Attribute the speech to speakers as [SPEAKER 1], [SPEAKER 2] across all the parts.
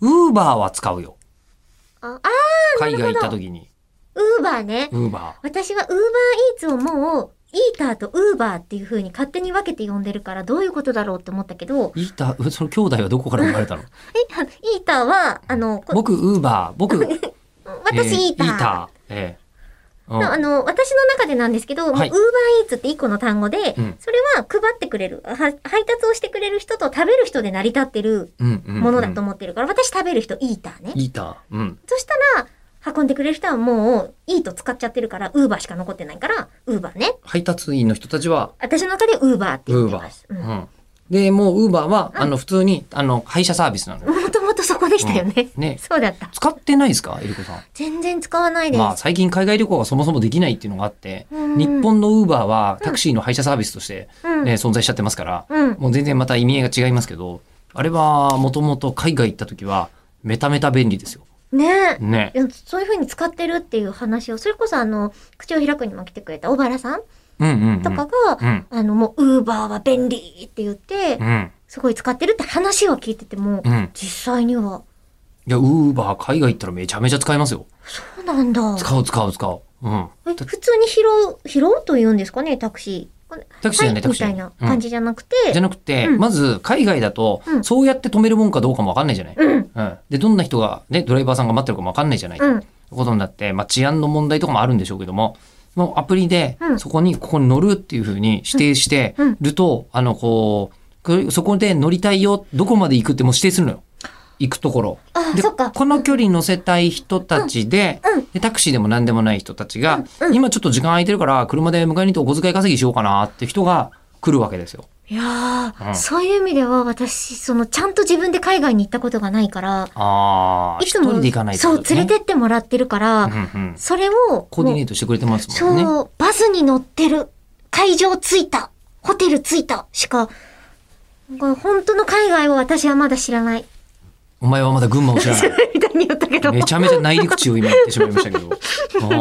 [SPEAKER 1] ウーバーは使うよ。
[SPEAKER 2] ああ、
[SPEAKER 1] 海外行った時に。
[SPEAKER 2] ウーバーね。
[SPEAKER 1] ウーバ
[SPEAKER 2] 私はウーバーイーツをもう、イーターとウーバーっていう風に勝手に分けて呼んでるからどういうことだろうって思ったけど、
[SPEAKER 1] ー。イーター、 その兄弟はどこから生まれたの
[SPEAKER 2] え、あのイーターは、あの、こ
[SPEAKER 1] 僕、ウーバー。僕、私、
[SPEAKER 2] 私イーター。
[SPEAKER 1] イーター。ええうん
[SPEAKER 2] あの、私の中でなんですけど、もうウーバ
[SPEAKER 1] は
[SPEAKER 2] ー
[SPEAKER 1] い
[SPEAKER 2] イーツって一個の単語で、
[SPEAKER 1] うん
[SPEAKER 2] それは配ってくれる、は配達をしてくれる人と食べる人で成り立ってる
[SPEAKER 1] うんうんうん
[SPEAKER 2] ものだと思ってるから、私食べる人イーターね。
[SPEAKER 1] イーター。うん。
[SPEAKER 2] そしたら、運んでくれる人はもう、イート使っちゃってるから、ウーバーしか残ってないから、ウーバーね。
[SPEAKER 1] 配達員の人たちは、
[SPEAKER 2] 私の中でウーバーって言
[SPEAKER 1] ウ
[SPEAKER 2] っ
[SPEAKER 1] ー
[SPEAKER 2] て
[SPEAKER 1] バ
[SPEAKER 2] ます。う
[SPEAKER 1] ー。
[SPEAKER 2] ん
[SPEAKER 1] うん。で、もうウーバーは、あの、普通に、あの、配車サービスなのよ。
[SPEAKER 2] もともとそこでしたよね。
[SPEAKER 1] うんね
[SPEAKER 2] そうだった。
[SPEAKER 1] 使ってないですかエリコさん。
[SPEAKER 2] 全然使わないです。
[SPEAKER 1] まあ、最近海外旅行がそもそもできないっていうのがあって、
[SPEAKER 2] うん
[SPEAKER 1] 日本のウーバーはタクシーの配車サービスとして、
[SPEAKER 2] うん
[SPEAKER 1] ね存在しちゃってますから、
[SPEAKER 2] うん
[SPEAKER 1] もう全然また意味合いが違いますけど、あれはもともと海外行った時は、めためた便利ですよ。
[SPEAKER 2] ねえ
[SPEAKER 1] ね
[SPEAKER 2] い。やそういうふうに使ってるっていう話を、それこそあの、口を開くにも来てくれた小原さん
[SPEAKER 1] うんうん、うん。
[SPEAKER 2] とかが、
[SPEAKER 1] うん。
[SPEAKER 2] あの、もう、ウーバーは便利って言って
[SPEAKER 1] う、ん。
[SPEAKER 2] すごい使ってるって話を聞いてても、
[SPEAKER 1] うん。
[SPEAKER 2] 実際には、
[SPEAKER 1] いや、ウーバー海外行ったらめちゃめちゃ使いますよ。
[SPEAKER 2] そうなんだ。
[SPEAKER 1] 使う使う使う。うん。
[SPEAKER 2] え普通に拾う、拾うと言うんですかね、タクシー。
[SPEAKER 1] タクシーじゃない
[SPEAKER 2] は
[SPEAKER 1] タクシー
[SPEAKER 2] みたいな感じじゃなくて、
[SPEAKER 1] じゃなくて、
[SPEAKER 2] うん
[SPEAKER 1] まず海外だと、
[SPEAKER 2] うん
[SPEAKER 1] そうやって止めるもんかどうかもわかんないじゃない。
[SPEAKER 2] うん、
[SPEAKER 1] うん。で、どんな人が、ね、ドライバーさんが待ってるかもわかんないじゃない。
[SPEAKER 2] うん、
[SPEAKER 1] ことになって、まあ、治安の問題とかもあるんでしょうけども、もうアプリで
[SPEAKER 2] う、ん
[SPEAKER 1] そこに、ここに乗るっていうふうに指定して
[SPEAKER 2] うん
[SPEAKER 1] ると、あの、こうこれ、そこで乗りたいよ、どこまで行くってもう指定するのよ。行くところ。
[SPEAKER 2] あ、
[SPEAKER 1] で、
[SPEAKER 2] そっか。
[SPEAKER 1] この距離乗せたい人たちで、
[SPEAKER 2] うんうん
[SPEAKER 1] でタクシーでも何でもない人たちが、
[SPEAKER 2] うんうん
[SPEAKER 1] 今ちょっと時間空いてるから、車で迎えに行ってお小遣い稼ぎしようかなって人が来るわけですよ。
[SPEAKER 2] いやー、
[SPEAKER 1] うん
[SPEAKER 2] そういう意味では私、その、ちゃんと自分で海外に行ったことがないから、
[SPEAKER 1] ああ、
[SPEAKER 2] い
[SPEAKER 1] 一
[SPEAKER 2] つも、
[SPEAKER 1] 人で行かないって
[SPEAKER 2] そ
[SPEAKER 1] こ
[SPEAKER 2] う、
[SPEAKER 1] とです
[SPEAKER 2] 連
[SPEAKER 1] ね
[SPEAKER 2] れてってもらってるから、
[SPEAKER 1] うんうん
[SPEAKER 2] それを、
[SPEAKER 1] コーディネ
[SPEAKER 2] も
[SPEAKER 1] ートしてくれてま
[SPEAKER 2] う
[SPEAKER 1] すもんね。
[SPEAKER 2] そう、バスに乗ってる、会場着いた、ホテル着いた、しか、これ本当の海外を私はまだ知らない。
[SPEAKER 1] お前はまだ群馬を知らない。
[SPEAKER 2] みたいに言ったけど。
[SPEAKER 1] めちゃめちゃ内陸地を今言ってしまいましたけ ど。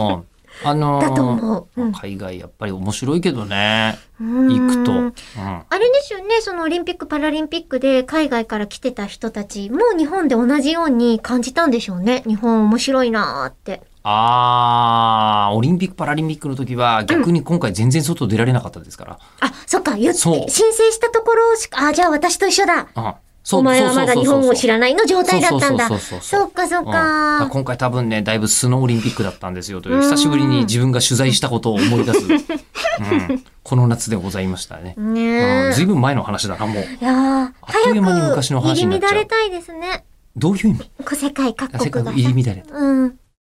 [SPEAKER 1] うんあのー
[SPEAKER 2] だと思ううん
[SPEAKER 1] 海外やっぱり面白いけどね。
[SPEAKER 2] 行
[SPEAKER 1] 行くと。うん。
[SPEAKER 2] あれですよね、そのオリンピック・パラリンピックで海外から来てた人たちも日本で同じように感じたんでしょうね。日本面白いなーって。
[SPEAKER 1] あー、オリンピック・パラリンピックの時は逆に今回全然外出られなかったですから。
[SPEAKER 2] あ、そっか、言って、
[SPEAKER 1] そう
[SPEAKER 2] 申請したところしか、あ、じゃあ私と一緒だ。
[SPEAKER 1] うん。
[SPEAKER 2] お前はまだ日本を知
[SPEAKER 1] ら
[SPEAKER 2] らないの状態だったんだ。
[SPEAKER 1] そうそうそうそう
[SPEAKER 2] そっかそっ
[SPEAKER 1] うん、だから
[SPEAKER 2] か。
[SPEAKER 1] 今回多分ね、だいぶ素のオリンピックだったんですよというう、
[SPEAKER 2] ん
[SPEAKER 1] 久しぶりに自分が取材したことを思い出 す、うん、この夏でございましたね。
[SPEAKER 2] ね
[SPEAKER 1] うん
[SPEAKER 2] え。
[SPEAKER 1] ずいぶん前の話だな、もう。
[SPEAKER 2] いやー
[SPEAKER 1] あっという間に
[SPEAKER 2] 早く
[SPEAKER 1] 昔の話になっちゃう
[SPEAKER 2] 入り乱れたいですね。
[SPEAKER 1] どういう意味
[SPEAKER 2] こう世界各
[SPEAKER 1] せっか
[SPEAKER 2] 国
[SPEAKER 1] く
[SPEAKER 2] が。
[SPEAKER 1] 入り乱れた。
[SPEAKER 2] うん。